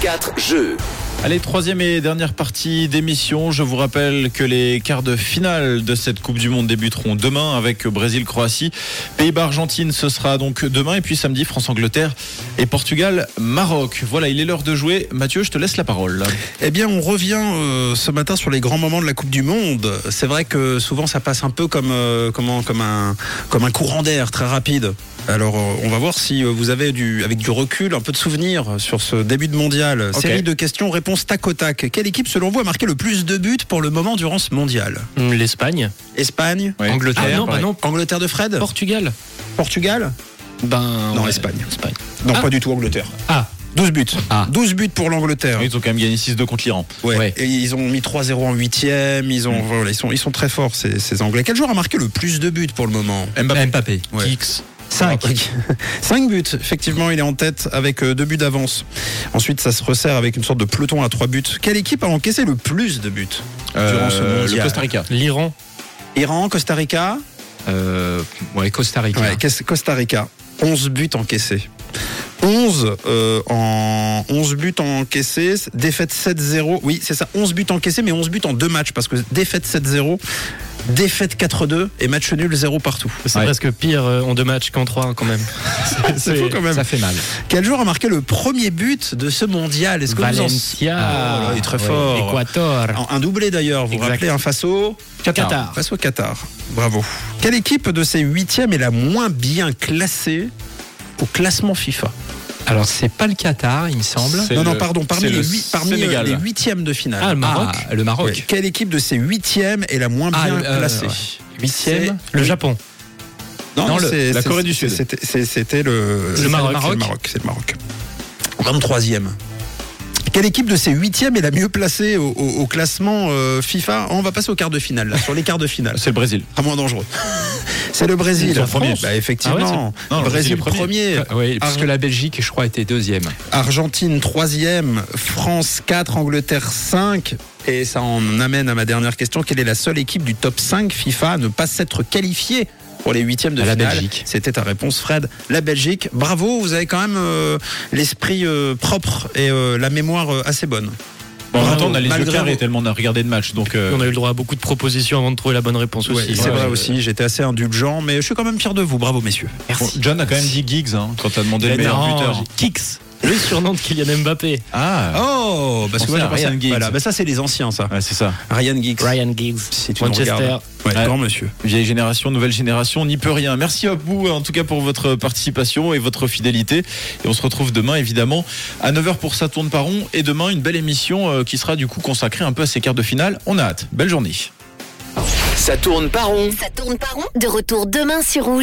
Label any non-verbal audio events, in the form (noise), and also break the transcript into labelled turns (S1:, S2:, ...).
S1: 4 jeux.
S2: Allez, troisième et dernière partie d'émission. Je vous rappelle que les quarts de finale de cette Coupe du Monde débuteront demain avec Brésil-Croatie. Pays-Bas-Argentine, ce sera donc demain. Et puis samedi, France-Angleterre et Portugal-Maroc. Voilà, il est l'heure de jouer. Mathieu, je te laisse la parole.
S3: Eh bien, on revient euh, ce matin sur les grands moments de la Coupe du Monde. C'est vrai que souvent ça passe un peu comme, euh, comment, comme, un, comme un courant d'air très rapide. Alors, euh, on va voir si euh, vous avez du, avec du recul un peu de souvenirs sur ce début de mondial.
S2: Ok.
S3: Série de questions, réponses tac au tac. Quelle équipe, selon vous, a marqué le plus de buts pour le moment durant ce mondial
S4: Hum, L'Espagne.
S3: Espagne
S2: Ouais.
S4: Angleterre. Ah non, bah non.
S3: Angleterre de Fred
S4: Portugal.
S3: Portugal
S4: Ben.
S3: Non,
S4: ouais,
S3: Espagne.
S4: Espagne.
S3: Non,
S4: Ah.
S3: pas du tout Angleterre.
S4: Ah.
S3: 12 buts.
S4: Ah.
S3: 12 buts pour l'Angleterre.
S2: Ils ont quand même gagné 6-2 contre l'Iran.
S3: Ouais.
S4: Ouais.
S3: Et ils ont mis 3-0 en 8 ils,
S2: Mm.
S3: ont, voilà, ils, sont, ils sont très forts, ces, ces Anglais. Quel joueur a marqué le plus de buts pour le moment
S2: Mbappé.
S4: Mbappé.
S3: Ouais.
S4: Kicks.
S3: 5. (laughs) 5 buts, effectivement, il est en tête avec 2 buts d'avance. Ensuite, ça se resserre avec une sorte de peloton à 3 buts. Quelle équipe a encaissé le plus de buts durant ce
S2: Euh, le
S3: mondial
S2: Costa Rica.
S4: L'Iran.
S3: Iran, Costa Rica
S4: Euh, ouais, Costa Rica.
S3: Ouais, Cas- Costa Rica, 11 buts encaissés. 11, euh, en, 11 buts encaissés, défaite 7-0. Oui, c'est ça, 11 buts encaissés, mais 11 buts en deux matchs, parce que défaite 7-0, défaite 4-2 et match nul 0 partout.
S4: C'est
S2: Ouais.
S4: presque pire euh, en deux matchs qu'en trois, quand même. C'est-
S3: C'est fou quand même.
S2: Ça fait mal.
S3: Quel joueur a marqué le premier but de ce mondial Est-ce que vous en-
S4: Valencia.
S3: Ah, voilà, il est très fort.
S4: Équator.
S3: Un- Un doublé d'ailleurs, vous vous
S4: Exact.
S3: rappelez, un face au
S4: Qatar.
S3: Face au Qatar. Bravo. Quelle équipe de ces huitièmes est la moins bien classée au classement FIFA
S4: Alors, c'est pas le Qatar, il me semble.
S2: C'est
S3: Non,
S2: le-
S3: non, pardon, parmi,
S2: c'est
S3: les,
S2: le
S3: huit- parmi, euh,
S2: Sénégal.
S3: les huitièmes de finale.
S4: Ah, le Maroc.
S5: Ah, le Maroc.
S3: Oui. Quelle équipe de ces huitièmes est la moins
S5: Ah,
S3: bien
S5: le- euh,
S3: classée
S5: ouais.
S3: Huitième
S4: Le Japon.
S3: Non,
S2: Non,
S3: non,
S2: le-
S3: c'est-
S2: la
S3: c'est-
S2: Corée du
S3: c'est-
S2: Sud.
S3: C'était c'est- c'était le,
S4: Le Maroc.
S3: C'est le Maroc. C'est le Maroc. 23e. Quelle équipe de ces huitièmes est la mieux placée au, au- au classement euh, FIFA On va passer au quart de finale, là, sur les quarts
S2: (laughs)
S3: de finale.
S2: C'est le Brésil.
S3: à moins dangereux. (laughs) C'est le Brésil.
S2: Ils sont
S3: La
S2: premiers.
S3: France. Bah, effectivement.
S2: c'est- non, le
S3: Brésil
S2: Brésil est
S3: premier.
S5: Ah, Oui, parce
S3: Argent-
S5: que la Belgique, je crois, était deuxième.
S3: Argentine troisième. France 4. Angleterre 5. Et ça en amène à ma dernière question. Quelle est la seule équipe du top 5 FIFA à ne pas s'être qualifiée pour les huitièmes de
S5: La
S3: finale
S5: Belgique.
S3: C'était ta réponse, Fred. La Belgique. Bravo, vous avez quand même euh, l'esprit euh, propre et euh, la mémoire euh, assez bonne.
S2: Bon, en
S3: Bravo.
S2: même temps, on a les yeux
S3: Malgré
S2: carrés
S3: vous.
S2: tellement on a regardé de matchs. Donc, euh,
S4: On a eu le droit à beaucoup de propositions avant de trouver la bonne réponse
S3: Ouais,
S4: aussi.
S3: c'est
S4: Ouais,
S3: vrai
S4: ouais.
S3: aussi. J'étais assez indulgent, mais je suis quand même fier de vous. Bravo, messieurs.
S2: bon, John a quand même dit Giggs hein, quand t'as demandé le
S4: Mais
S2: meilleur
S4: non,
S2: buteur.
S4: Kicks. Le surnom de Kylian Mbappé.
S2: Ah,
S3: Oh, parce
S2: On
S3: que moi
S2: sait,
S3: j'ai pensé à-
S2: Ryan Giggs.
S3: Voilà, bah ça c'est les anciens ça.
S2: Ouais, c'est ça.
S3: Ryan Giggs.
S4: Ryan Giggs.
S3: Si tu nous
S4: Manchester.
S3: regardes. Ouais,
S2: Ouais.
S3: grand monsieur.
S2: Vieille génération, nouvelle génération, on n'y peut rien. Merci à vous, en tout cas, pour votre participation et votre fidélité. Et on se retrouve demain, évidemment, à 9h pour Ça tourne par rond. Et demain, une belle émission euh, qui sera du coup consacrée un peu à ces quarts de finale. On a hâte. Belle journée.
S1: Ça tourne pas rond.
S6: Ça tourne pas rond. De retour demain sur Rouge.